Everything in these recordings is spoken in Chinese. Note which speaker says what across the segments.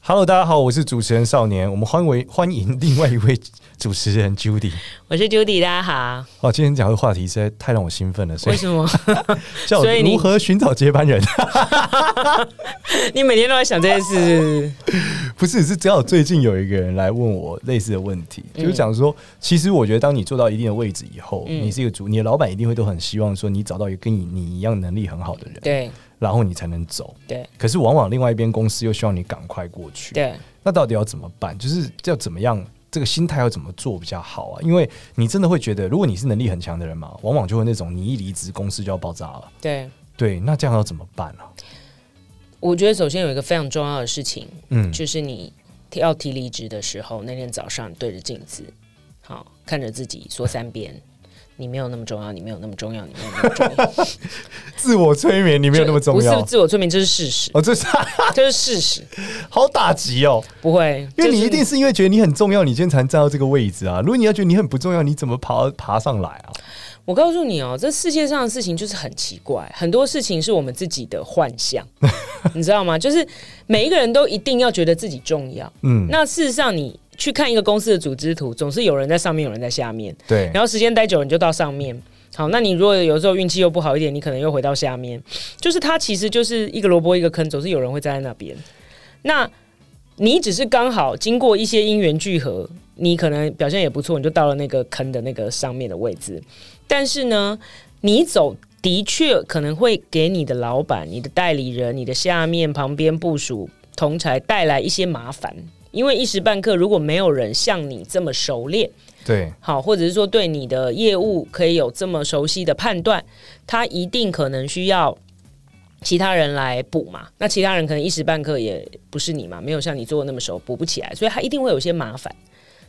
Speaker 1: Hello，大家好，我是主持人少年，我们欢为 欢迎另外一位主持人 Judy。
Speaker 2: 我是 Judy，大家好。
Speaker 1: 哦，今天讲的话题实在太让我兴奋了，所
Speaker 2: 为
Speaker 1: 以
Speaker 2: 什么
Speaker 1: 叫
Speaker 2: 所以你
Speaker 1: 如何寻找接班人？
Speaker 2: 你每天都在想这件事？
Speaker 1: 不是，是只有最近有一个人来问我类似的问题，就是讲说，其实我觉得当你做到一定的位置以后，
Speaker 2: 嗯
Speaker 1: 你是一个主，你的老板一定会都很希望说你找到一个跟你你一样能力很好的人，
Speaker 2: 对
Speaker 1: 然后你才能走。
Speaker 2: 对
Speaker 1: 可是往往另外一边公司又希望你赶快过去，
Speaker 2: 对，
Speaker 1: 那到底要怎么办？就是要怎么样？这个心态要怎么做比较好啊？因为你真的会觉得，如果你是能力很强的人嘛，往往就会那种你一离职，公司就要爆炸了。
Speaker 2: 对，
Speaker 1: 对，那这样要怎么办啊？
Speaker 2: 我觉得首先有一个非常重要的事情，
Speaker 1: 嗯，
Speaker 2: 就是你要提离职的时候，那天早上对着镜子，好看着自己说三遍。你没有那么重要，你没有那么重要，你没有那么重要，
Speaker 1: 自我催眠 你没有那么重
Speaker 2: 不
Speaker 1: 要
Speaker 2: 是自我催眠，这是事实，
Speaker 1: 哦，这是
Speaker 2: 这是事实，
Speaker 1: 好打击哦。
Speaker 2: 不会，
Speaker 1: 因为你
Speaker 2: 就是
Speaker 1: 一定是因为觉得你很重要，你今天才站到这个位置啊。如果你要觉得你很不重要，你怎么爬爬上来啊？
Speaker 2: 我告诉你哦，这世界上的事情就是很奇怪，很多事情是我们自己的幻象，你知道吗？就是每一个人都一定要觉得自己重要。
Speaker 1: 嗯，
Speaker 2: 那事实上，你去看一个公司的组织图，总是有人在上面，有人在下面，
Speaker 1: 对
Speaker 2: 然后时间待久了，你就到上面。好，那你如果有时候运气又不好一点，你可能又回到下面，就是它其实就是一个萝卜一个坑，总是有人会站在那边。那你只是刚好经过一些因缘聚合，你可能表现也不错，你就到了那个坑的那个上面的位置。但是呢，你走的确可能会给你的老板、你的代理人、你的下面旁边部署同才带来一些麻烦，因为一时半刻如果没有人像你这么熟练。
Speaker 1: 对，
Speaker 2: 好，或者是说对你的业务可以有这么熟悉的判断，他一定可能需要其他人来补嘛。那其他人可能一时半刻也不是你嘛，没有像你做的那么熟，补不起来，所以他一定会有些麻烦，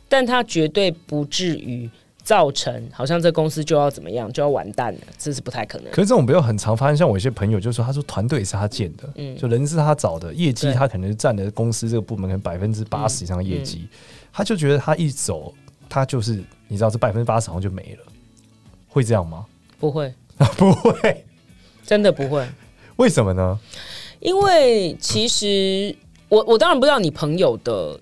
Speaker 2: 但他绝对不至于造成好像这公司就要怎么样就要完蛋了，这是不太可能。
Speaker 1: 可是这种比较很常发生，像我一些朋友就说，他说团队是他建的，
Speaker 2: 嗯
Speaker 1: 就人是他找的，业绩
Speaker 2: 对嗯
Speaker 1: 他可能占了公司这个部门可能百分之八十以上的业绩，他就觉得他一走，他就是你知道这百分之八十好像就没了，会这样吗？
Speaker 2: 不会，
Speaker 1: 不会，
Speaker 2: 真的不会。
Speaker 1: 为什么呢？
Speaker 2: 因为其实我我当然不知道你朋友的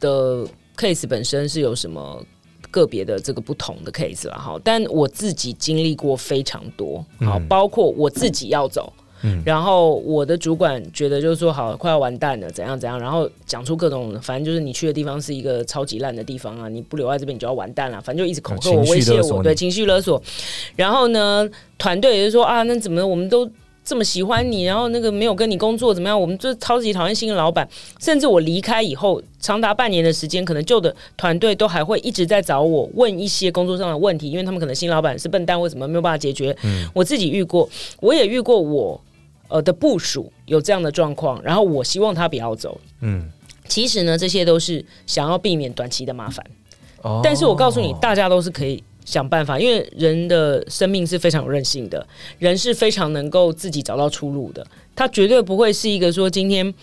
Speaker 2: 的 case 本身是有什么个别的这个不同的 case 啦，哈，但我自己经历过非常多，好，
Speaker 1: 嗯
Speaker 2: 包括我自己要走。
Speaker 1: 嗯
Speaker 2: 然后我的主管觉得就是说好快要完蛋了，怎样怎样，然后讲出各种，反正就是你去的地方是一个超级烂的地方啊，你不留在这边你就要完蛋了，反正就一直恐吓我、
Speaker 1: 啊情绪
Speaker 2: 威胁
Speaker 1: 勒索
Speaker 2: 我，
Speaker 1: 你
Speaker 2: 对情绪勒索。然后呢，团队也是说啊，那怎么我们都这么喜欢你，然后那个没有跟你工作怎么样？我们就超级讨厌新的老板，甚至我离开以后，长达半年的时间，可能旧的团队都还会一直在找我问一些工作上的问题，因为他们可能新老板是笨蛋或什么没有办法解决。我自己遇过，我也遇过我呃的部署有这样的状况，然后我希望他不要走。
Speaker 1: 嗯，
Speaker 2: 其实呢，这些都是想要避免短期的麻烦。
Speaker 1: 哦
Speaker 2: 但是我告诉你，大家都是可以想办法，因为人的生命是非常有韧性的，人是非常能够自己找到出路的。他绝对不会是一个说今天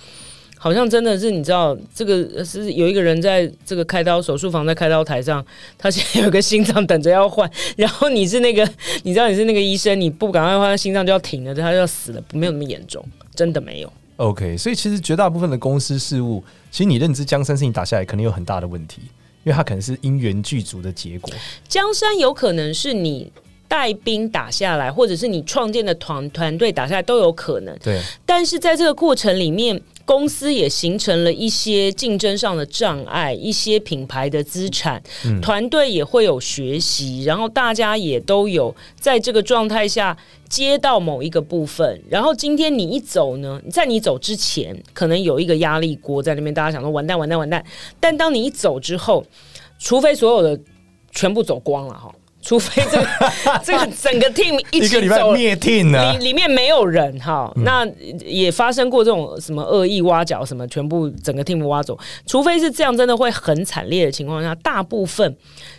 Speaker 2: 好像真的是你知道这个呃是有一个人在这个开刀手术房在开刀台上，他现在有个心脏等着要换，然后你是那个 你知道你是那个医生，你不赶快换，他心脏就要停了，他就要死了，没有那么严重，真的没有。
Speaker 1: OK，所以其实绝大部分的公司事务，其实你认知江山是你打下来，肯定有很大的问题，因为它可能是因缘具足的结果。
Speaker 2: 江山有可能是你带兵打下来，或者是你创建的团团队打下来都有可能。
Speaker 1: 对，
Speaker 2: 但是在这个过程里面，公司也形成了一些竞争上的障碍，一些品牌的资产，
Speaker 1: 嗯
Speaker 2: 团队也会有学习，然后大家也都有在这个状态下接到某一个部分。然后今天你一走呢，在你走之前，可能有一个压力锅在那边，大家想说完蛋完蛋完蛋。但当你一走之后，除非所有的全部走光了哈。除非这个这个整个 team 一
Speaker 1: 一个
Speaker 2: 起
Speaker 1: 礼拜
Speaker 2: 走。
Speaker 1: 灭定呢
Speaker 2: 里，里面没有人哈，那也发生过这种什么恶意挖角，什么全部整个 team 挖走，除非是这样，真的会很惨烈的情况下，大部分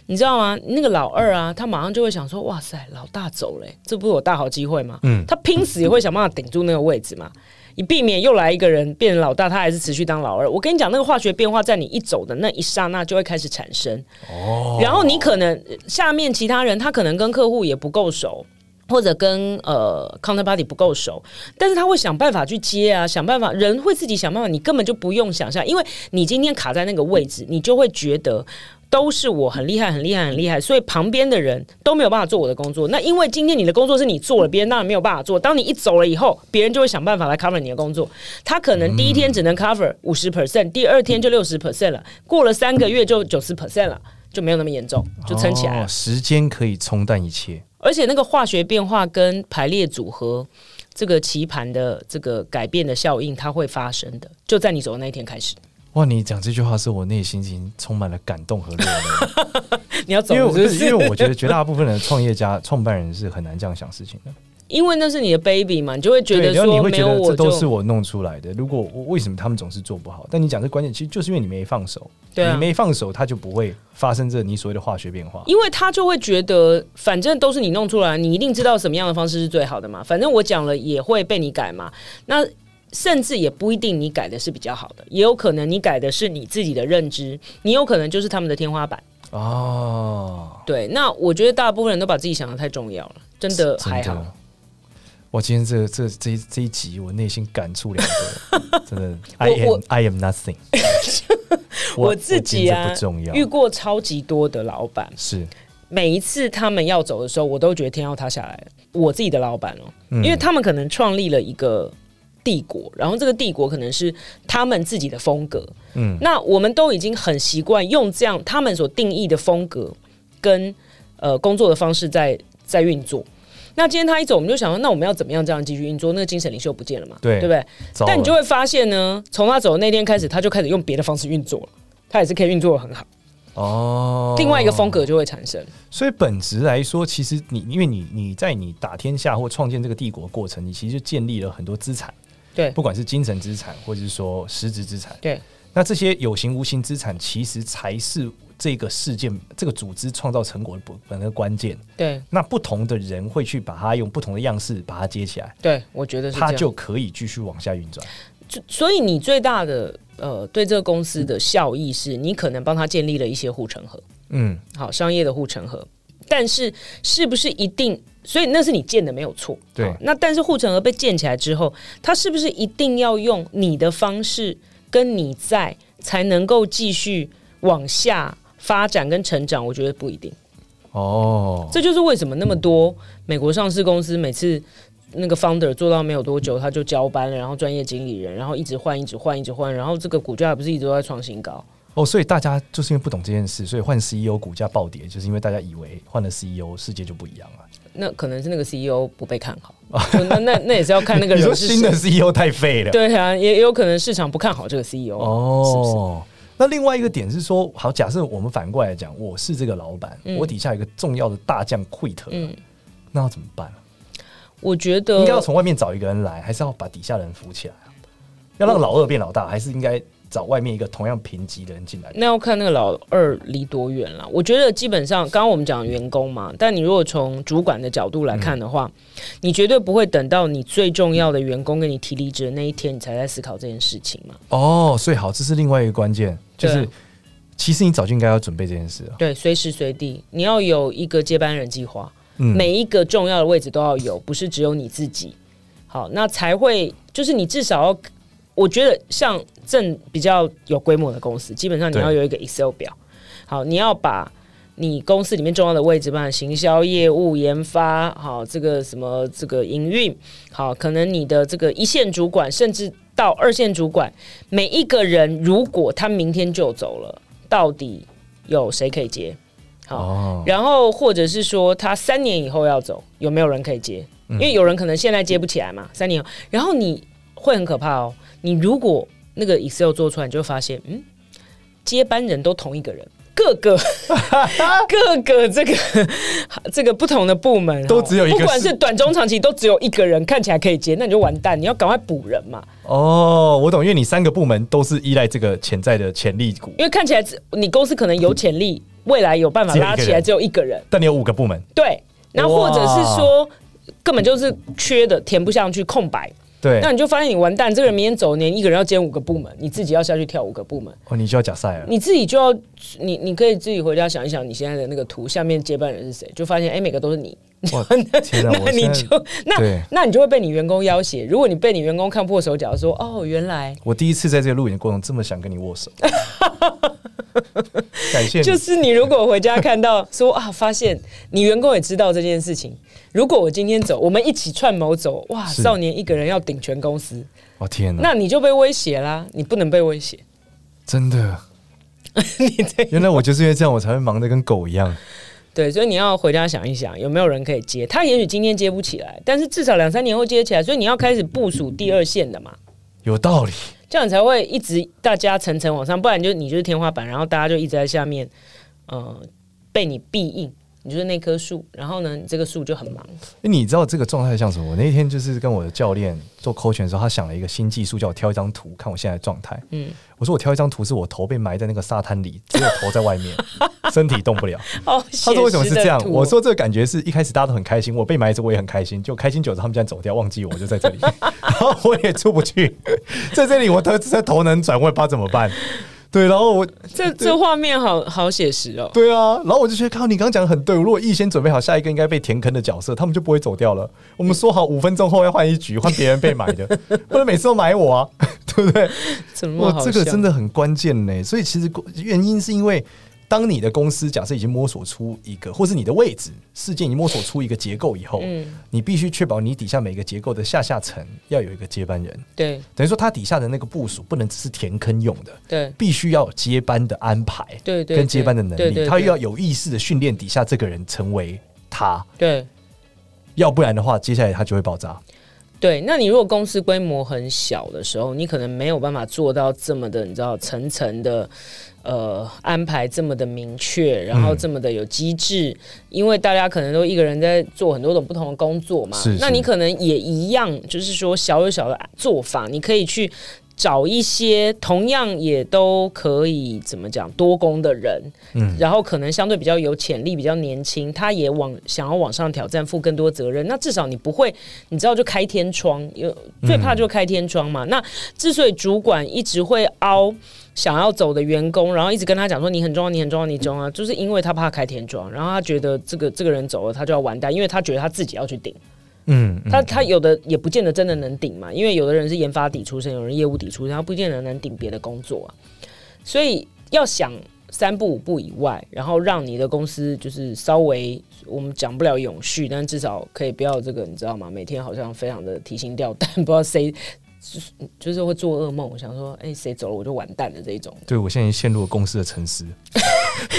Speaker 2: 你知道吗？那个老二啊，他马上就会想说，哇塞，老大走了欸、这不是我大好机会吗？
Speaker 1: 嗯
Speaker 2: 他拼死也会想办法顶住那个位置嘛，以避免又来一个人变成老大，他还是持续当老二。我跟你讲，那个化学变化在你一走的那一刹那就会开始产生。哦，然后你可能呃下面其他人他可能跟客户也不够熟。或者跟呃 counterparty 不够熟，但是他会想办法去接啊，想办法，人会自己想办法，你根本就不用想象，因为你今天卡在那个位置，你就会觉得都是我很厉害、很厉害、很厉害，所以旁边的人都没有办法做我的工作。那因为今天你的工作是你做了，别人当然没有办法做。当你一走了以后，别人就会想办法来 cover 你的工作。他可能第一天只能 cover 五十 percent，第二天就六十 percent 了，过了三个月就九十 percent 了，就没有那么严重，就撑起来了。
Speaker 1: 哦时间可以冲淡一切。
Speaker 2: 而且那个化学变化跟排列组合。这个棋盘的这个改变的效应，它会发生的，就在你走的那一天开始。
Speaker 1: 哇，你讲这句话是我内心已经充满了感动和 热泪，
Speaker 2: 你要走
Speaker 1: 因为
Speaker 2: 了
Speaker 1: 我
Speaker 2: 是不
Speaker 1: 因
Speaker 2: 是？
Speaker 1: 为我觉得绝大部分的创业家、创办人是很难这样想事情的。
Speaker 2: 因为那是你的 baby 嘛，你就会觉
Speaker 1: 对，
Speaker 2: 得
Speaker 1: 然后你
Speaker 2: 说
Speaker 1: 会
Speaker 2: 没
Speaker 1: 觉
Speaker 2: 有
Speaker 1: 得
Speaker 2: 我
Speaker 1: 这
Speaker 2: 就
Speaker 1: 都是我弄出来的。如果我为什么他们总是做不好？但你讲这关键，其实就是因为你没放手。
Speaker 2: 对啊
Speaker 1: 你没放手，它就不会发生这你所谓的化学变化。
Speaker 2: 因为他就会觉得，嗯反正都是你弄出来，你一定知道什么样的方式是最好的嘛。反正我讲了也会被你改嘛。那甚至也不一定你改的是比较好的，也有可能你改的是你自己的认知，你有可能就是他们的天花板。
Speaker 1: 哦，
Speaker 2: 对，那我觉得大部分人都把自己想的太重要了，真的还
Speaker 1: 真
Speaker 2: 好
Speaker 1: 的。。我今天这这这一这一集，我内心感触良 多，真的。I
Speaker 2: 我
Speaker 1: am I am nothing 我。
Speaker 2: 我自己啊
Speaker 1: 我今天这不重要
Speaker 2: 遇，过超级多的老板，
Speaker 1: 是
Speaker 2: 每一次他们要走的时候，我都觉得天要塌下来了。我自己的老板哦、
Speaker 1: 嗯
Speaker 2: 因为他们可能创立了一个帝国，然后这个帝国可能是他们自己的风格。
Speaker 1: 嗯
Speaker 2: 那我们都已经很习惯用这样他们所定义的风格跟呃工作的方式在在运作。那今天他一走，我们就想说，那我们要怎么样这样继续运作？那个精神领袖不见了嘛，
Speaker 1: 对
Speaker 2: 对不对？
Speaker 1: 糟
Speaker 2: 但你
Speaker 1: 了
Speaker 2: 就会发现呢，从他走的那天开始，他就开始用别的方式运作了，他也是可以运作的很好，
Speaker 1: 哦，
Speaker 2: 另外一个风格就会产生。
Speaker 1: 所以本质来说，其实你因为你你在你打天下或创建这个帝国过程，你其实就建立了很多资产，
Speaker 2: 对
Speaker 1: 不管是精神资产或者是说实质资产，
Speaker 2: 对。
Speaker 1: 那这些有形无形资产，其实才是这个事件、这个组织创造成果的本本的关键。
Speaker 2: 对
Speaker 1: 那不同的人会去把它用不同的样式把它接起来，
Speaker 2: 对，我觉得是这
Speaker 1: 它
Speaker 2: 样。
Speaker 1: 就可以继续往下运转。
Speaker 2: 就所以你最大的呃对这个公司的效益是你可能帮他建立了一些护城河，
Speaker 1: 嗯，
Speaker 2: 好商业的护城河，但是是不是一定？所以那是你建的没有错，
Speaker 1: 对
Speaker 2: 好那但是护城河被建起来之后，它是不是一定要用你的方式跟你在才能够继续往下发展跟成长？我觉得不一定。
Speaker 1: 哦，
Speaker 2: 这就是为什么那么多美国上市公司每次那个 founder 做到没有多久，他就交班了，然后专业经理人，然后一直换，一直换，一直换，然后这个股价还不是一直都在创新高？
Speaker 1: 哦，所以大家就是因为不懂这件事，所以换 CEO 股价暴跌，就是因为大家以为换了 CEO 世界就不一样了。
Speaker 2: 那可能是那个 CEO 不被看 好，就那那那也是要看那个
Speaker 1: 你说
Speaker 2: 人是
Speaker 1: 新的
Speaker 2: 谁。
Speaker 1: CEO 太废了。
Speaker 2: 对啊，也也有可能市场不看好这个 E CEO 是不是？
Speaker 1: 哦，那另外一个点是说，好，假设我们反过来讲，我是这个老板，
Speaker 2: 嗯
Speaker 1: 我底下有一个重要的大将 quit，、了，
Speaker 2: 嗯，呃
Speaker 1: 那要怎么办啊、
Speaker 2: 我觉
Speaker 1: 应该要
Speaker 2: 得
Speaker 1: 从外面找一个人来，还是要把底下人扶起来啊？要让老二变老大，还是应该找外面一个同样评级的人进来？
Speaker 2: 那要看那个老二离多远了。我觉得基本上，刚刚我们讲员工嘛，但你如果从主管的角度来看的话，你绝对不会等到你最重要的员工跟你提离职的那一天，你才在思考这件事情嘛。
Speaker 1: 哦，所以好，这是另外一个关键，就是
Speaker 2: 对啊
Speaker 1: 其实你早就应该要准备这件事了。
Speaker 2: 对，随时随地你要有一个接班人计划，
Speaker 1: 嗯
Speaker 2: 每一个重要的位置都要有，不是只有你自己。好，那才会就是你至少要，我觉得像正比较有规模的公司，基本上你
Speaker 1: 对
Speaker 2: 要有一个 Excel 表。好，你要把你公司里面重要的位置，包含行销、业务、研发，好，这个什么这个营运，好，可能你的这个一线主管，甚至到二线主管，每一个人如果他明天就走了，到底有谁可以接？好，
Speaker 1: 哦，
Speaker 2: 然后或者是说他三年以后要走，有没有人可以接？
Speaker 1: 嗯
Speaker 2: 因为有人可能现在接不起来嘛，三年后，然后你会很可怕哦。你如果那个 Excel 做出来，你就会发现，嗯，接班人都同一个人，各 个各个这个 这个不同的部门
Speaker 1: 都
Speaker 2: 哦
Speaker 1: 只有一个
Speaker 2: 不管
Speaker 1: 是
Speaker 2: 是短中长期都只有一个人看起来可以接，那你就完蛋，你要赶快补人嘛，
Speaker 1: 哦，我懂，因为你三个部门都是依赖这个潜在的潜力股，
Speaker 2: 因为看起来只你公司可能有潜力，未来有办法
Speaker 1: 只有一
Speaker 2: 拉
Speaker 1: 个
Speaker 2: 起来，
Speaker 1: 人
Speaker 2: 只有一个人，
Speaker 1: 但你有五个部门，
Speaker 2: 对，然后或者
Speaker 1: 哇
Speaker 2: 是说根本就是缺的，填不上去，空白，
Speaker 1: 对，
Speaker 2: 那你就发现你完蛋，这个人明天走，你一个人要兼五个部门，你自己要下去跳五个部门，
Speaker 1: 哦，你就要假赛了。
Speaker 2: 你自己就要你你可以自己回家想一想，你现在的那个图下面接班人是谁，就发现哎、每个都是你，
Speaker 1: 哇，天啊，
Speaker 2: 那
Speaker 1: 我
Speaker 2: 你
Speaker 1: 现在
Speaker 2: 就
Speaker 1: 对
Speaker 2: 那那你就会被你员工要挟。如果你被你员工看破手脚，说哦原来
Speaker 1: 我第一次在这个录影的过程这么想跟你握手，感谢你。
Speaker 2: 就是你如果回家看到说啊发现你员工也知道这件事情，如果我今天走，我们一起串谋走，哇
Speaker 1: 是
Speaker 2: 少年一个人要顶全公司，
Speaker 1: 哦天哪，
Speaker 2: 那你就被威胁啦，你不能被威胁，
Speaker 1: 真的，
Speaker 2: 你这
Speaker 1: 原来我就是因为这样，我才会忙得跟狗一样。
Speaker 2: 对，所以你要回家想一想，有没有人可以接？他也许今天接不起来，但是至少两三年后接起来，所以你要开始部署第二线的嘛，
Speaker 1: 有道理，
Speaker 2: 这样你才会一直大家层层往上，不然就你就是天花板，然后大家就一直在下面，呃，被你庇应，你就是那棵树，然后呢，你这个树就很忙。
Speaker 1: 你知道这个状态像什么？我那天就是跟我的教练做 coaching 的时候，他想了一个新技术，叫我挑一张图，看我现在的状态。嗯，我说我挑一张图，是我头被埋在那个沙滩里，只有头在外面， 身体动不了。
Speaker 2: 哦，
Speaker 1: 他说为什么是这样
Speaker 2: 写？实的图
Speaker 1: 我说这个感觉是一开始大家都很开心，我被埋着我也很开心，就开心久了他们竟然走掉，忘记我我就在这 里，然后我也出不去，在这里我头在头能转，我也不知道怎么办。对，然后我，
Speaker 2: 这这画面好好写实哦。
Speaker 1: 对啊，然后我就觉得，靠，你刚刚讲的很对。如果预先准备好下一个应该被填坑的角色，他们就不会走掉了。我们说好五分钟后要换一局，换别人被埋的， 不能每次都埋我啊， 对不对？
Speaker 2: 怎么那么
Speaker 1: 哇，
Speaker 2: 好
Speaker 1: 这个
Speaker 2: 笑
Speaker 1: 真的很关键呢。所以其实原因是因为，当你的公司假设已经摸索出一个，或是你的位置事件已经摸索出一个结构以后，
Speaker 2: 嗯
Speaker 1: 你必须确保你底下每个结构的下下层要有一个接班人，
Speaker 2: 对
Speaker 1: 等于说它底下的那个部署不能只是填坑用的。
Speaker 2: 对
Speaker 1: 必须要有接班的安排，
Speaker 2: 对对
Speaker 1: 跟接班的能
Speaker 2: 对对
Speaker 1: 力，
Speaker 2: 对
Speaker 1: 他又要有意识的训练底下这个人成为他，
Speaker 2: 对
Speaker 1: 要不然的话，接下来他就会爆炸。
Speaker 2: 对，那你如果公司规模很小的时候，你可能没有办法做到这么的，你知道层层的呃安排这么的明确，然
Speaker 1: 嗯
Speaker 2: 后这么的有机制，因为大家可能都一个人在做很多种不同的工作嘛。
Speaker 1: 是是
Speaker 2: 那你可能也一样，就是说小有小的做法，你可以去。找一些同样也都可以怎么讲多工的人，
Speaker 1: 嗯
Speaker 2: 然后可能相对比较有潜力、比较年轻，他也往想要往上挑战，负更多责任。那至少你不会，你知道就开天窗，有最怕就开天窗嘛。那之所以主管一直会凹想要走的员工，然后一直跟他讲说你很重要，你很重要，你很重要，就是因为他怕开天窗，然后他觉得这个这个人走了，他就要完蛋，因为他觉得他自己要去顶。
Speaker 1: 嗯，嗯
Speaker 2: 他他有的也不见得真的能顶嘛，因为有的人是研发底出身，有人业务底出身，他不见得能顶别的工作啊。所以要想三步五步以外，然后让你的公司就是稍微我们讲不了永续，但至少可以不要这个，你知道吗？每天好像非常的提心吊胆，不知道谁就是就是会做噩梦，我想说，哎、谁走了我就完蛋了这一种。
Speaker 1: 对我现在已经陷入了公司的沉思。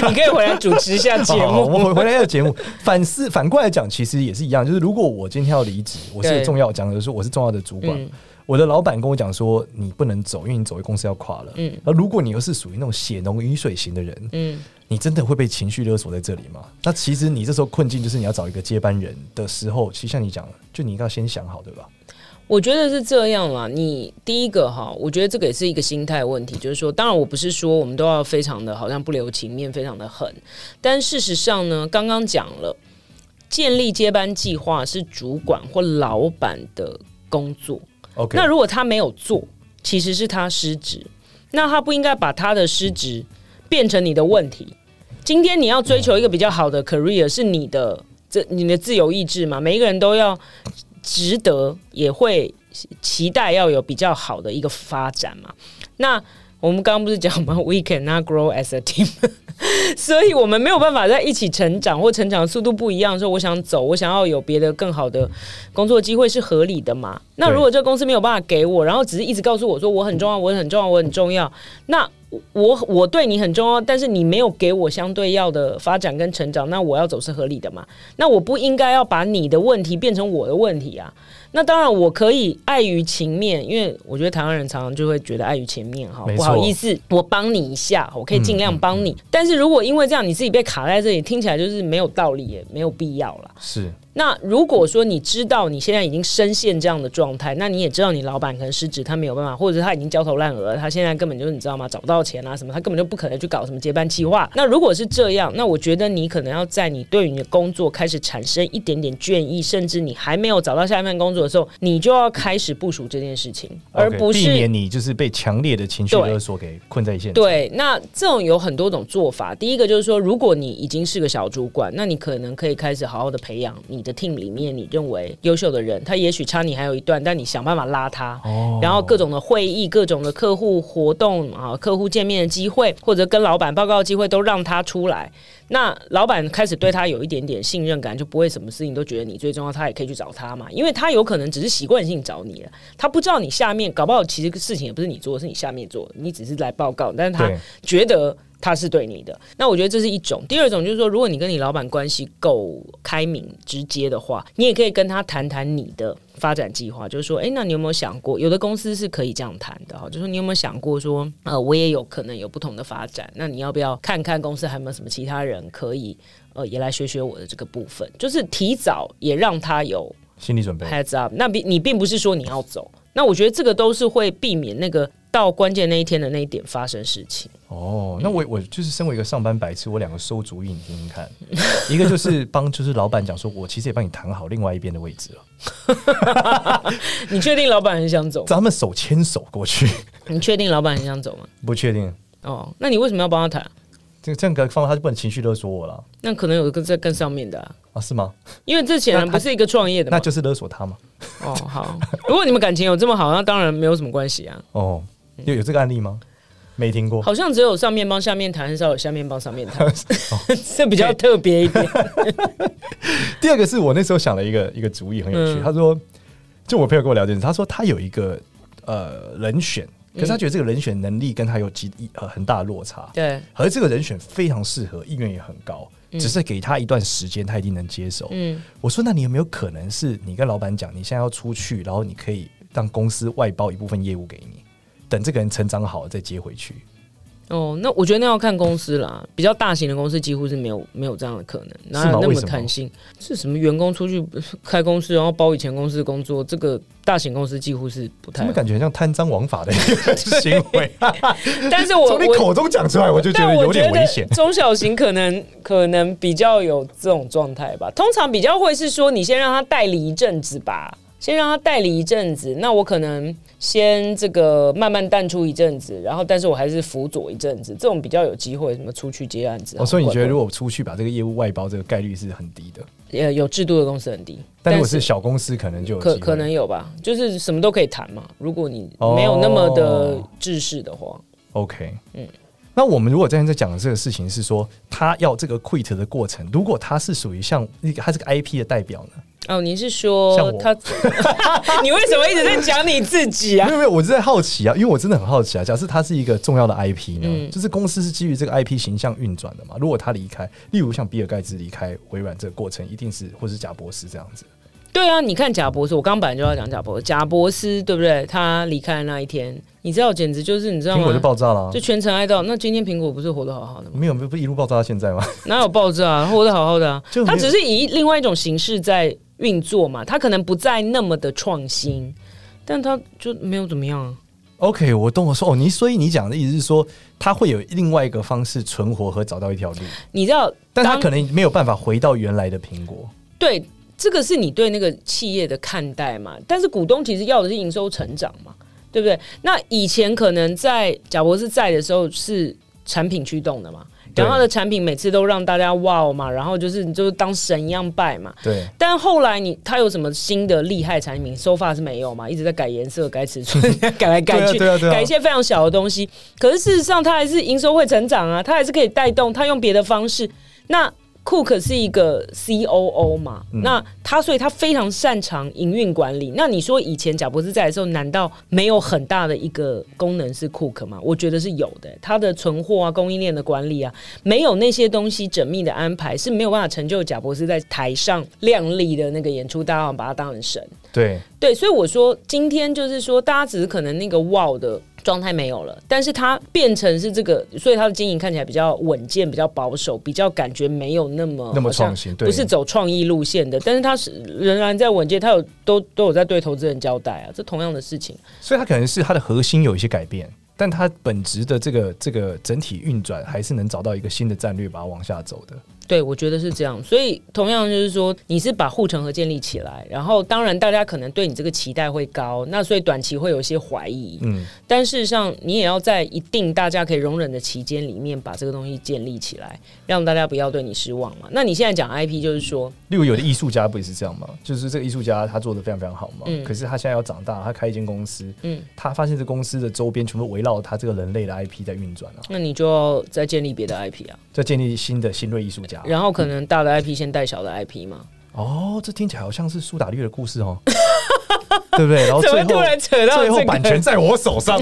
Speaker 2: 你可以回来主持一下节
Speaker 1: 好 好好哦我
Speaker 2: 目。
Speaker 1: 们回回来这个节目，反思反过来讲，其实也是一样，就是如果我今天要离职，我是个
Speaker 2: 对
Speaker 1: 重要讲的是我是重要的主管，
Speaker 2: 嗯
Speaker 1: 我的老板跟我讲说你不能走，因为你走，公司要垮了。
Speaker 2: 嗯
Speaker 1: 而如果你又是属于那种血浓于水型的人，
Speaker 2: 嗯，
Speaker 1: 你真的会被情绪勒索在这里吗？那其实你这时候困境就是你要找一个接班人的时候，其实像你讲的，就你一定要先想好，对吧？
Speaker 2: 我觉得是这样啦。你第一个哈，我觉得这个也是一个心态问题，就是说，当然我不是说我们都要非常的好像不留情面，非常的狠，但事实上呢，刚刚讲了，建立接班计划是主管或老板的工作。
Speaker 1: OK，
Speaker 2: 那如果他没有做，其实是他失职，那他不应该把他的失职变成你的问题。今天你要追求一个比较好的 career，是你的这你的自由意志嘛？每一个人都要值得，也会期待要有比较好的一个发展嘛。那我们刚刚不是讲吗？We cannot grow as a team，所以我们没有办法在一起成长或成长的速度不一样的时候，我想走，我想要有别的更好的工作机会是合理的嘛？那
Speaker 1: 对
Speaker 2: 如果这个公司没有办法给我，然后只是一直告诉我说我很重要，我很重要，我很重要，那我我对你很重要，但是你没有给我相对要的发展跟成长，那我要走是合理的嘛？那我不应该要把你的问题变成我的问题啊？那当然，我可以碍于情面，因为我觉得台湾人常常就会觉得碍于情面哈
Speaker 1: 没，
Speaker 2: 不
Speaker 1: 错嗯
Speaker 2: 好意思，我帮你一下，我可以尽量帮你。但是如果因为这样你自己被卡在这里，听起来就是没有道理，也没有必要啦。
Speaker 1: 是
Speaker 2: 那如果说你知道你现在已经深陷这样的状态，那你也知道你老板可能失职，他没有办法，或者是他已经焦头烂额，他现在根本就是你知道吗？找不到钱啊什么，他根本就不可能去搞什么接班计
Speaker 1: 嗯
Speaker 2: 划。那如果是这样，那我觉得你可能要在你对于你的工作开始产生一点点倦意，甚至你还没有找到下一份工作的时候，你就要开始部署这件事情，而
Speaker 1: OK，
Speaker 2: 不
Speaker 1: 避
Speaker 2: 是
Speaker 1: 免你就是被强烈的情绪
Speaker 2: 对
Speaker 1: 勒索给困在现场。
Speaker 2: 对，那这种有很多种做法。第一个就是说，如果你已经是个小主管，那你可能可以开始好好的培养你的 team 里面你认为优秀的人，他也许差你还有一段，但你想办法拉他。
Speaker 1: 哦
Speaker 2: 然后各种的会议、各种的客户活动啊、客户见面的机会，或者跟老板报告的机会，都让他出来。那老板开始对他有一点点信任感，就不会什么事情都觉得你最重要，他也可以去找他嘛，因为他有可能只是习惯性找你了，他不知道你下面，搞不好其实事情也不是你做的，是你下面做的，你只是来报告，但是他
Speaker 1: 对
Speaker 2: 觉得他是对你的。那我觉得这是一种。第二种就是说，如果你跟你老板关系够开明、直接的话，你也可以跟他谈谈你的发展计划，就是说，诶，那你有没有想过，有的公司是可以这样谈的哈，就是说你有没有想过说，呃，我也有可能有不同的发展，那你要不要看看公司还有没有什么其他人可以？呃，也来学学我的这个部分，就是提早也让他有
Speaker 1: 心理准备
Speaker 2: heads up，那并你并不是说你要走，那我觉得这个都是会避免那个到关键那一天的那一点发生事情。
Speaker 1: 哦，那我我就是身为一个上班白痴，我两个馊主意你听听看， 一个就是帮就是老板讲说，我其实也帮你谈好另外一边的位置了，
Speaker 2: 你确定老板很想走吗？
Speaker 1: 咱们手牵手过去，
Speaker 2: 你确定老板很想走吗？
Speaker 1: 不确定
Speaker 2: 哦，那你为什么要帮他谈？
Speaker 1: 这这样个方法他就不能情绪勒索我了
Speaker 2: 那可能有一个在更上面的、啊，
Speaker 1: 啊？是吗？
Speaker 2: 因为这显然不是一个创业的
Speaker 1: 那
Speaker 2: 嘛。
Speaker 1: 就是勒索他嘛。
Speaker 2: 哦，好，如果你们感情有这么好，那当然没有什么关系啊。
Speaker 1: 哦，有有这个案例吗？没听过。
Speaker 2: 好像只有上面帮下面谈，很少有下面帮上面谈，
Speaker 1: 哦
Speaker 2: 这比较特别一 点。
Speaker 1: 第二个是我那时候想了一个一个主意，很有趣。
Speaker 2: 嗯
Speaker 1: 他说，就我朋友跟我聊这件事，他说他有一个呃人选，可
Speaker 2: 嗯
Speaker 1: 是他觉得这个人选能力跟他有极呃很大的落差。
Speaker 2: 对，
Speaker 1: 而这个人选非常适合，意愿也很高，只是给他一段时间，他一定能接受。
Speaker 2: 嗯，
Speaker 1: 我说，那你有没有可能是你跟老板讲，你现在要出去，然后你可以让公司外包一部分业务给你，等这个人成长好了再接回去？
Speaker 2: 哦，那我觉得那要看公司啦，比较大型的公司几乎是没有没有这样的可能，哪
Speaker 1: 是吗
Speaker 2: 有那
Speaker 1: 为
Speaker 2: 么
Speaker 1: 什么
Speaker 2: 弹性？是什么员工出去开公司，然后包以前公司的工作？这个大型公司几乎是不
Speaker 1: 怎
Speaker 2: 太
Speaker 1: 么。感觉像贪赃枉 法的一个行为？
Speaker 2: 但是 我
Speaker 1: 从你
Speaker 2: 我
Speaker 1: 口中讲出来，我就觉
Speaker 2: 但
Speaker 1: 得
Speaker 2: 我
Speaker 1: 有
Speaker 2: 觉
Speaker 1: 点
Speaker 2: 得
Speaker 1: 危险。
Speaker 2: 中小型可能可能比较有这种状态吧，通常比较会是说你先让他代理一阵子吧，先让他代理一阵子，那我可能先这个慢慢淡出一阵子，然后但是我还是辅佐一阵子，这种比较有机会什么出去接案子啊。
Speaker 1: 哦，所以你觉得如
Speaker 2: 果
Speaker 1: 果出去把这个业务外包，这个概率是很低的，
Speaker 2: 呃有制度的公司很低，
Speaker 1: 但如果是小公司，可能就有
Speaker 2: 可
Speaker 1: 机会
Speaker 2: 可能有吧，就是什么都可以谈嘛。如果你
Speaker 1: 哦
Speaker 2: 没有那么的制式的话，
Speaker 1: OK，嗯。那我们如果今天在讲的这个事情是说，他要这个 quit 的过程，如果他是属于像一个他是个 IP 的代表呢？
Speaker 2: 哦，你是说
Speaker 1: 像我
Speaker 2: 他？ 你为什么一直在讲你自己啊
Speaker 1: 没？有没有，我是在好奇啊，因为我真的很好奇啊。假设他是一个重要的 IP 呢，
Speaker 2: 嗯
Speaker 1: 就是公司是基于这个 IP 形象运转的嘛。如果他离开，例如像比尔盖茨离开微软这个过程，一定是或是贾博士这样子。
Speaker 2: 对啊，你看贾博士，我刚刚本来就要讲贾博士，贾博士对不对？他离开的那一天，你知道，简直就是你知道
Speaker 1: 苹
Speaker 2: 吗？
Speaker 1: 果就爆炸了啊、
Speaker 2: 就全程哀悼。那今天苹果不是活得好好的吗？
Speaker 1: 没有没有不一路爆炸到现在吗？
Speaker 2: 哪有爆炸、啊？活得好好的啊
Speaker 1: 就！没有
Speaker 2: 他只是以另外一种形式在运作嘛，他可能不再那么的创新，但他就没有怎么样啊。
Speaker 1: OK，我懂我说哦，你所以你讲的意思是说，他会有另外一个方式存活和找到一条路，
Speaker 2: 你知道，
Speaker 1: 但他
Speaker 2: 当
Speaker 1: 可能没有办法回到原来的苹果。
Speaker 2: 对，这个是你对那个企业的看待嘛。但是股东其实要的是营收成长嘛，对不对？那以前可能在贾博士在的时候是产品驱动的嘛，
Speaker 1: 对
Speaker 2: 然后他的产品每次都让大家哇、哦嘛，然后就是你就是当神一样拜嘛。
Speaker 1: 对，
Speaker 2: 但后来你他有什么新的厉害产品？so far 是没有嘛，一直在改颜色、改尺寸、 改来改去，
Speaker 1: 对啊对啊对啊
Speaker 2: 改一些非常小的东西。可是事实上，它还是营收会成长啊，它还是可以带动，它用别的方式。那 Cook 是一个 COO 嘛，那他所以他非常擅长营运管理。那你说以前贾博士在的时候，难道没有很大的一个功能是 Cook 吗？我觉得是有的、他的存货啊、供应链的管理啊，没有那些东西缜密的安排，是没有办法成就贾博士在台上亮丽的那个演出，大家好像把他当成神。
Speaker 1: 对，
Speaker 2: 对，所以我说今天就是说，大家只是可能那个 wow 的状态没有了，但是它变成是这个，所以它的经营看起来比较稳健、比较保守、比较感觉没有那么
Speaker 1: 那么
Speaker 2: 好像
Speaker 1: 创新对
Speaker 2: 不是走创意路线的，但是它是仍然在稳健，它有都都有在对投资人交代啊，这同样的事情。
Speaker 1: 所以它可能是它的核心有一些改变，但它本质的这个这个整体运转还是能找到一个新的战略把它往下走的。
Speaker 2: 对，我觉得是这样。所以同样就是说，你是把护城河建立起来，然后当然大家可能对你这个期待会高，那所以短期会有一些怀疑，
Speaker 1: 嗯，
Speaker 2: 但事实上你也要在一定大家可以容忍的期间里面把这个东西建立起来，让大家不要对你失望嘛。那你现在讲 IP 就是说，
Speaker 1: 例如有的艺术家不也是这样吗？就是这个艺术家他做的非常非常好嘛，
Speaker 2: 嗯
Speaker 1: 可是他现在要长大，他开一间公司，
Speaker 2: 嗯，
Speaker 1: 他发现这公司的周边全部围绕他这个人类的 IP 在运转啊，
Speaker 2: 那你就要再建立别的 IP 啊，
Speaker 1: 在建立新的新锐艺术家。
Speaker 2: 然后可能大的 IP 先带小的 IP 嘛。
Speaker 1: 哦，这听起来好像是苏打绿的故事 哦，对不对？然后
Speaker 2: 怎
Speaker 1: 哦最
Speaker 2: 么
Speaker 1: 后
Speaker 2: 突然扯到
Speaker 1: 最后
Speaker 2: 这个
Speaker 1: 版权在我手 上，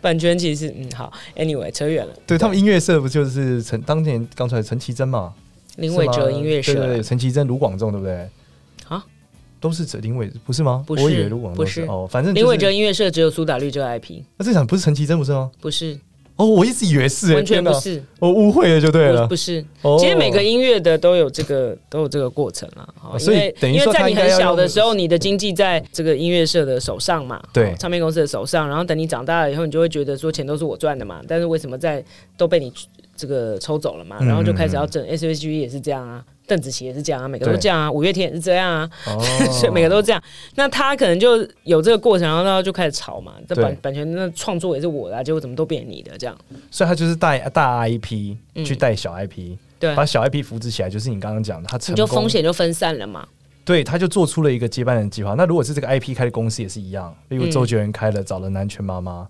Speaker 2: 版权其实嗯好，anyway 扯远了。
Speaker 1: 对他们音乐社不就是陈当年刚出来的陈绮贞嘛？
Speaker 2: 林伟
Speaker 1: 是
Speaker 2: 哲
Speaker 1: 吗
Speaker 2: 音乐社
Speaker 1: 对对对，陈绮贞、卢广仲，对不对？
Speaker 2: 啊，
Speaker 1: 都是指林伟，不是吗？
Speaker 2: 不是
Speaker 1: 我以为卢广仲
Speaker 2: 不是
Speaker 1: 哦，反正就是
Speaker 2: 林伟哲，音乐社只有苏打绿这个 IP，
Speaker 1: 那这场不是陈绮贞不是吗？
Speaker 2: 不是
Speaker 1: 哦，我一直以为是，
Speaker 2: 完全
Speaker 1: 天哪
Speaker 2: 不，是，
Speaker 1: 我误会了就对了
Speaker 2: 不。不是。
Speaker 1: 哦
Speaker 2: 其实每个音乐的都有这个都有这个过程啦，哦
Speaker 1: 哦所以
Speaker 2: 因为
Speaker 1: 等于
Speaker 2: 因
Speaker 1: 说
Speaker 2: 为
Speaker 1: 他
Speaker 2: 在
Speaker 1: 应
Speaker 2: 你
Speaker 1: 该
Speaker 2: 很
Speaker 1: 要
Speaker 2: 小的
Speaker 1: 用
Speaker 2: 时候，你的经济在这个音乐社的手上嘛，
Speaker 1: 对
Speaker 2: 哦唱片公司的手上，然后等你长大了以后，你就会觉得说钱都是我赚的嘛，但是为什么在都被你这个抽走了嘛，
Speaker 1: 嗯
Speaker 2: 然后就开始要整 S H E 也是这样啊。邓紫棋也是这样啊，每个都
Speaker 1: 对
Speaker 2: 这样啊，五月天也是这样啊，
Speaker 1: 哦
Speaker 2: 所以每个都这样。那他可能就有这个过程，然后他就开始吵嘛，这版
Speaker 1: 对
Speaker 2: 版权那创作也是我的、啊，结果怎么都变你的这样，
Speaker 1: 所以他就是带大 IP
Speaker 2: 嗯
Speaker 1: 去带小 IP，
Speaker 2: 对，啊
Speaker 1: 把小 IP 扶植起来，就是你刚刚讲的，他成
Speaker 2: 你就
Speaker 1: 功
Speaker 2: 风险就分散了嘛。
Speaker 1: 对，他就做出了一个接班人计划。那如果是这个 IP 开的公司也是一样，例如
Speaker 2: 嗯
Speaker 1: 周杰伦开了，找了南拳妈 妈，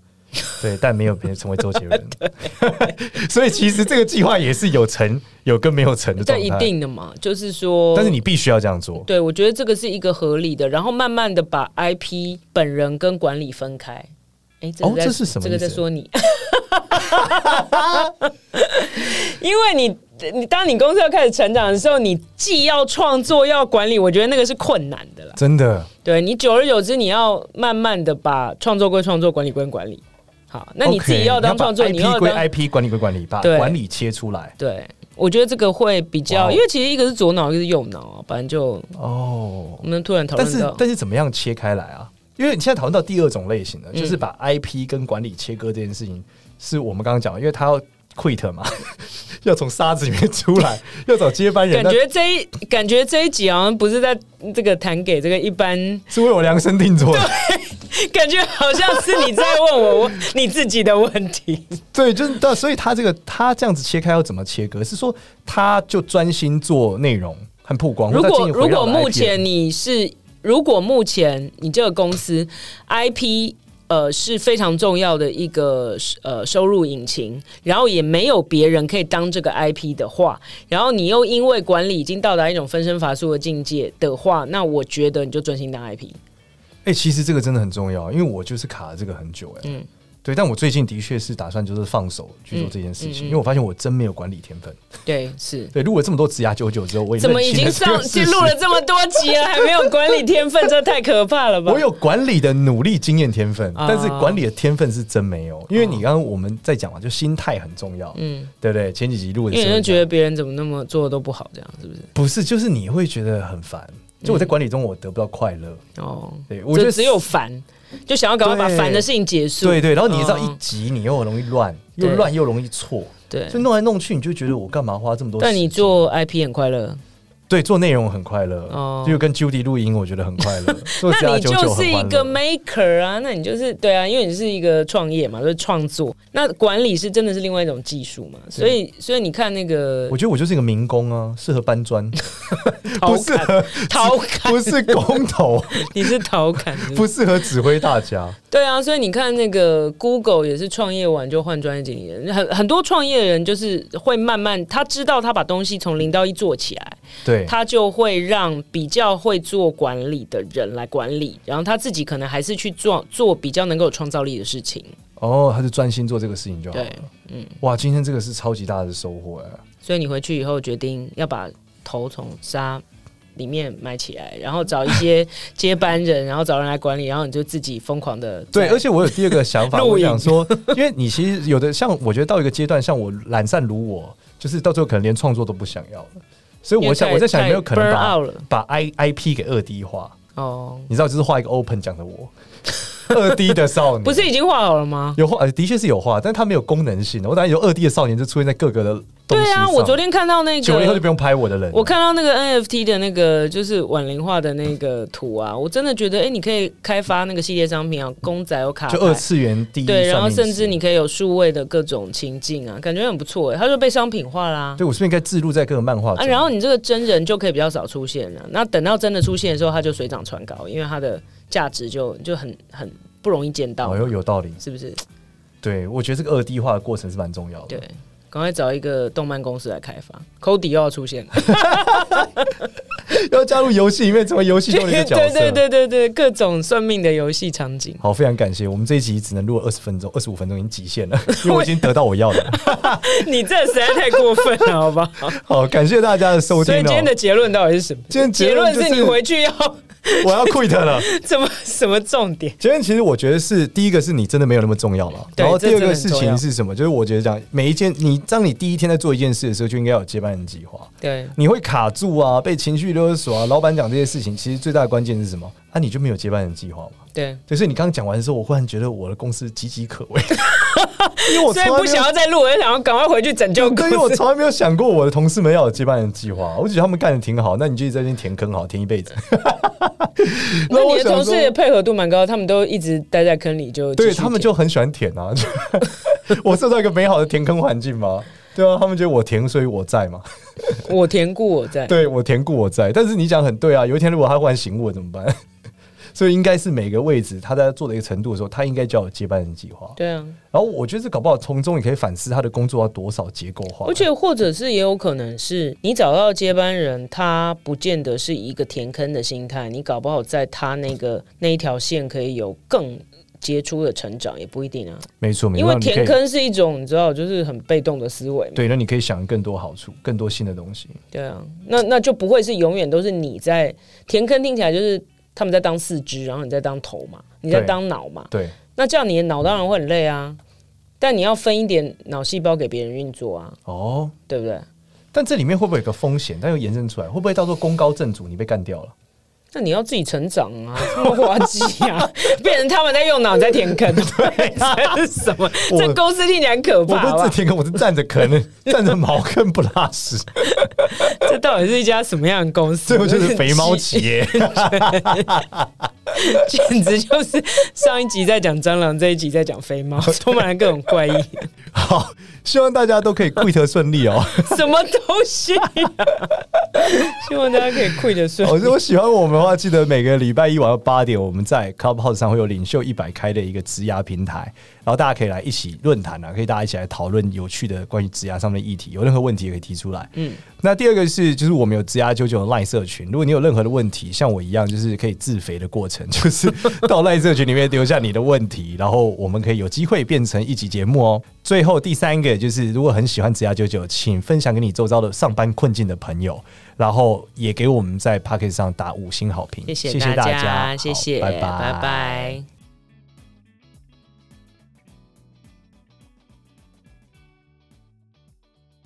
Speaker 1: 对，但没有别人成为周杰伦。 所以其实这个计划也是有成有跟没有成的
Speaker 2: 这
Speaker 1: 状
Speaker 2: 一
Speaker 1: 态。
Speaker 2: 定的嘛，就是说，
Speaker 1: 但是你必须要这样做。
Speaker 2: 对我觉得这个是一个合理的，然后慢慢的把 IP 本人跟管理分开。哎，这
Speaker 1: 哦
Speaker 2: 个在、
Speaker 1: 这是什么
Speaker 2: 这个在
Speaker 1: 意思
Speaker 2: 说你，因为你你当你公司要开始成长的时候，你既要创作要管理，我觉得那个是困难的啦。
Speaker 1: 真的，
Speaker 2: 对你久而久之，你要慢慢的把创作归创作，管理归管理。好，那你自己
Speaker 1: OK，
Speaker 2: 要当
Speaker 1: 把
Speaker 2: 创作，你
Speaker 1: IP
Speaker 2: 要
Speaker 1: 归
Speaker 2: 当
Speaker 1: IP，管理归管理，把
Speaker 2: 对
Speaker 1: 管理切出来。
Speaker 2: 对，我觉得这个会比
Speaker 1: 哇
Speaker 2: 较，
Speaker 1: 哦
Speaker 2: 因为其实一个是左脑，一个是右脑啊，反正就
Speaker 1: 哦，
Speaker 2: 我们突然讨
Speaker 1: 但
Speaker 2: 论
Speaker 1: 是
Speaker 2: 到，
Speaker 1: 但是怎么样切开来啊？因为你现在讨论到第二种类型的，
Speaker 2: 嗯
Speaker 1: 就是把 IP 跟管理切割这件事情，是我们刚刚讲的，因为他要 quit 嘛， 要从沙子里面出来，要找接班人，
Speaker 2: 感
Speaker 1: 那
Speaker 2: 觉这一感觉这一集好像不是在这个谈给这个一般，
Speaker 1: 是为我量身定做的。
Speaker 2: 感觉好像是你在问我我你自己的问题。
Speaker 1: 对，就是对，所以他这个他这样子切开要怎么切割？是说他就专心做内容和曝光？
Speaker 2: 如
Speaker 1: 或者他经
Speaker 2: 果
Speaker 1: 营
Speaker 2: 如
Speaker 1: 回到我
Speaker 2: 果
Speaker 1: 的
Speaker 2: 目
Speaker 1: IP
Speaker 2: 前你是如果目前你这个公司 IP 呃是非常重要的一个呃收入引擎，然后也没有别人可以当这个 IP 的话，然后你又因为管理已经到达一种分身乏术的境界的话，那我觉得你就专心当 IP。
Speaker 1: 哎、其实这个真的很重要，因为我就是卡了这个很久、哎，
Speaker 2: 嗯
Speaker 1: 对，但我最近的确是打算就是放手去做这件事情，
Speaker 2: 嗯
Speaker 1: 因为我发现我真没有管理天分。
Speaker 2: 对，是。
Speaker 1: 对，录了这么多职涯九九之后，我也
Speaker 2: 怎么
Speaker 1: 认
Speaker 2: 已
Speaker 1: 清
Speaker 2: 经
Speaker 1: 了这个
Speaker 2: 上
Speaker 1: 事
Speaker 2: 进
Speaker 1: 实
Speaker 2: 录了这么多集了，还没有管理天分，这太可怕了吧
Speaker 1: 我？有管理的努力经验天分，
Speaker 2: 啊
Speaker 1: 但是管理的天分是真没有。因为你刚刚我们在讲嘛，就心态很重要，
Speaker 2: 嗯，
Speaker 1: 对不对？前几集录的
Speaker 2: 因为
Speaker 1: 时
Speaker 2: 你
Speaker 1: 候讲，
Speaker 2: 就觉得别人怎么那么做的都不好，这样是不是？
Speaker 1: 不是，就是你会觉得很烦。就我在管理中，我得不到快乐。
Speaker 2: 哦，
Speaker 1: 对，我觉得
Speaker 2: 嗯就只有烦，就想要赶快把
Speaker 1: 对
Speaker 2: 烦的事情结束。
Speaker 1: 对对，然后你知道一
Speaker 2: 嗯
Speaker 1: 急，你又很容易乱，又
Speaker 2: 对
Speaker 1: 乱又容易错，
Speaker 2: 对
Speaker 1: 所以弄来弄去，你就觉得我干嘛花这么多时间？
Speaker 2: 但你做 IP 很快乐，
Speaker 1: 对做内容很快乐，
Speaker 2: 哦
Speaker 1: 就跟 Judy 录音，我觉得很快乐。做
Speaker 2: 那你
Speaker 1: 99
Speaker 2: 就是一个
Speaker 1: 很欢乐
Speaker 2: maker 啊，那你就是对啊，因为你是一个创业嘛，就是创作。那管理是真的是另外一种技术嘛，所以所以你看那个
Speaker 1: 我觉得我就是一个民工啊，适合搬砖，
Speaker 2: 陶
Speaker 1: 不适
Speaker 2: 侃，
Speaker 1: 合
Speaker 2: 陶侃，
Speaker 1: 不是工头，
Speaker 2: 你是陶侃，是不是
Speaker 1: 不适合指挥大家。
Speaker 2: 对啊，所以你看那个 Google 也是创业完就换专业经理人，很很多创业人就是会慢慢，他知道他把东西从零到一做起来，
Speaker 1: 对，
Speaker 2: 他就会让比较会做管理的人来管理，然后他自己可能还是去做做比较能够有创造力的事情。
Speaker 1: 哦，他就专心做这个事情就好了
Speaker 2: 对。
Speaker 1: 嗯，哇，今天这个是超级大的收获哎。
Speaker 2: 所以你回去以后决定要把头从沙里面埋起来，然后找一些接班人，然后找人来管理，然后你就自己疯狂的
Speaker 1: 对，而且我有第二个想 法，
Speaker 2: 录影
Speaker 1: 我想说，因为你其实有的像，我觉得到一个阶段，像我懒散如我，就是到最后可能连创作都不想要了。所以我想，我在想有没有可能把
Speaker 2: burn out 了
Speaker 1: 把 I I P 给二 D 化？
Speaker 2: 哦，
Speaker 1: 你知道，就是画一个 open 讲的我，二 D 的少年
Speaker 2: 不是已经画好了吗？
Speaker 1: 有画，呃的确是有画，但它没有功能性。我当然有二 D 的少年就出现在各个的东西
Speaker 2: 对啊，我昨
Speaker 1: 天
Speaker 2: 天看到 那
Speaker 1: 九零后就
Speaker 2: 个，
Speaker 1: 不用拍我的人了，
Speaker 2: 我看到那个 NFT 的那个就是婉玲画的那个图啊，我真的觉得，哎、你可以开发那个系列商品啊，公仔有卡牌
Speaker 1: 就二次元第一
Speaker 2: 对，然
Speaker 1: 算
Speaker 2: 后
Speaker 1: 命
Speaker 2: 甚至
Speaker 1: 师
Speaker 2: 你可以有数位的各种情境啊，感觉很不错哎，它就被商品化啦。
Speaker 1: 对我是不是应该置入在各个漫画中？
Speaker 2: 啊，然后你这个真人就可以比较少出现了。那等到真的出现的时候，它就水涨船高，因为它的价值就就很很不容易见到
Speaker 1: 哦，，有有道理。
Speaker 2: 是不是？
Speaker 1: 对，我觉得这个二 D 化的过程是蛮重要的。
Speaker 2: 对，赶快找一个动漫公司来开发，Cody 又要出现了。
Speaker 1: 要加入游戏里面成为游戏中的一个角色。
Speaker 2: 对对对对对，各种算命的游戏场景。
Speaker 1: 好，非常感谢，我们这一集只能录二十分钟，二十五分钟已经极 限了，因为我已经得到我要的。
Speaker 2: 你这实在太过分了，好 不好？
Speaker 1: 好，感谢大家的收听
Speaker 2: 所以今天
Speaker 1: 哦
Speaker 2: 的。结论到底是什么？
Speaker 1: 今天
Speaker 2: 结
Speaker 1: 结论
Speaker 2: 论
Speaker 1: 就是
Speaker 2: 是你回去要
Speaker 1: 我要 quit 了。
Speaker 2: 怎么 什么重点？
Speaker 1: 今天其实我觉得是第一个是你真的没有那么重要了，
Speaker 2: 对
Speaker 1: 然后第二
Speaker 2: 这
Speaker 1: 个
Speaker 2: 真的很
Speaker 1: 事
Speaker 2: 重要
Speaker 1: 情是什么？就是我觉得这样，每一件你当你第一天在做一件事的时候，就应该有接班人计划。
Speaker 2: 对
Speaker 1: 你会卡住啊，被情绪勒索啊，老板讲这些事情，其实最大的关键是什么？啊，你就没有接班人计划嘛？
Speaker 2: 对，
Speaker 1: 对，所以你刚刚讲完的时候，我忽然觉得我的公司岌岌可 危，因为我从
Speaker 2: 所
Speaker 1: 来
Speaker 2: 以
Speaker 1: 没有
Speaker 2: 不想要再录，我就想要赶快回去拯救
Speaker 1: 对，因为我
Speaker 2: 公司。
Speaker 1: 从来没有想过我的同事们要有接班人计划，我觉得他们干的挺好，那你就一直在那边填坑好，填一辈 子。
Speaker 2: 那
Speaker 1: 我
Speaker 2: 你的
Speaker 1: 想
Speaker 2: 同
Speaker 1: 说
Speaker 2: 事的配合度蛮高，他们都一直待在坑里就，
Speaker 1: 对他们就很喜欢填啊， 就我塑造一个美好的填坑环境嘛。对啊，他们觉得我填，所以我在嘛。
Speaker 2: 我填故我 在。
Speaker 1: 对我填故我在，但是你讲很对啊，有一天如果他忽然醒我怎么办？ 所以应该是每个位置他在做的一个程度的时候，他应该就要有接班人计划。
Speaker 2: 对啊，
Speaker 1: 然后我觉得这搞不好从中也可以反思他的工作要多少结构化
Speaker 2: 而。且或者是也有可能是你找到接班人，他不见得是一个填坑的心态，你搞不好在他那个那一条线可以有更杰出的成长，也不一定啊。
Speaker 1: 没错，没错，
Speaker 2: 因为
Speaker 1: 你可以
Speaker 2: 填坑是一种你知道，就是很被动的思维嘛。
Speaker 1: 对，那你可以想更多好处，更多新的东西。
Speaker 2: 对啊，那那就不会是永远都是你在填坑，听起来就是他们在当四肢，然后你在当头嘛，你在
Speaker 1: 对
Speaker 2: 当脑嘛。
Speaker 1: 对，
Speaker 2: 那这样你的脑当然会很累啊，但你要分一点脑细胞给别人运作啊，
Speaker 1: 哦，
Speaker 2: 对不对？
Speaker 1: 但这里面会不会有个风险？但又延伸出来，会不会到时候功高震主，你被干掉了？
Speaker 2: 那你要自己成长啊，木花鸡 啊，变成他们在用脑在填坑，对，这是什么？
Speaker 1: 我
Speaker 2: 这公司听起来很可
Speaker 1: 我
Speaker 2: 怕
Speaker 1: 不是
Speaker 2: 吧？
Speaker 1: 自天坑，我是站着坑， 站着茅坑不拉屎，
Speaker 2: 这到底是一家什么样的公司？
Speaker 1: 最后就是肥 猫企业。
Speaker 2: 简直就是上一集在讲蟑螂，这一集在讲 飞猫，充满了各种怪异，
Speaker 1: 好，希望大家都可以 quit 顺利哦。
Speaker 2: 什么东西、啊？ 希望大家可以 quit 的顺。
Speaker 1: 哦我如果喜欢我们的话，记得每个礼拜一晚上八点，我们在 Clubhouse 上会有领袖一百开的一个职涯平台，然后大家可以来一起论坛啊，可以大家一起来讨论有趣的关于职涯上面的议题，有任何问题也可以提出来。嗯，那第二个是就是我们有职涯九九的赖社群，如果你有任何的问题，像我一样就是可以自肥的过程，就是到赖社群里面留下你的问题，然后我们可以有机会变成一集节目哦。最后第三个就是，如果很喜欢职涯九九，请分享给你周遭的上班困境的朋友，然后也给我们在 p a c k e t 上打五星好评，
Speaker 2: 谢谢
Speaker 1: 谢大
Speaker 2: 大家，
Speaker 1: 好
Speaker 2: 谢谢，
Speaker 1: 拜拜，
Speaker 2: 拜拜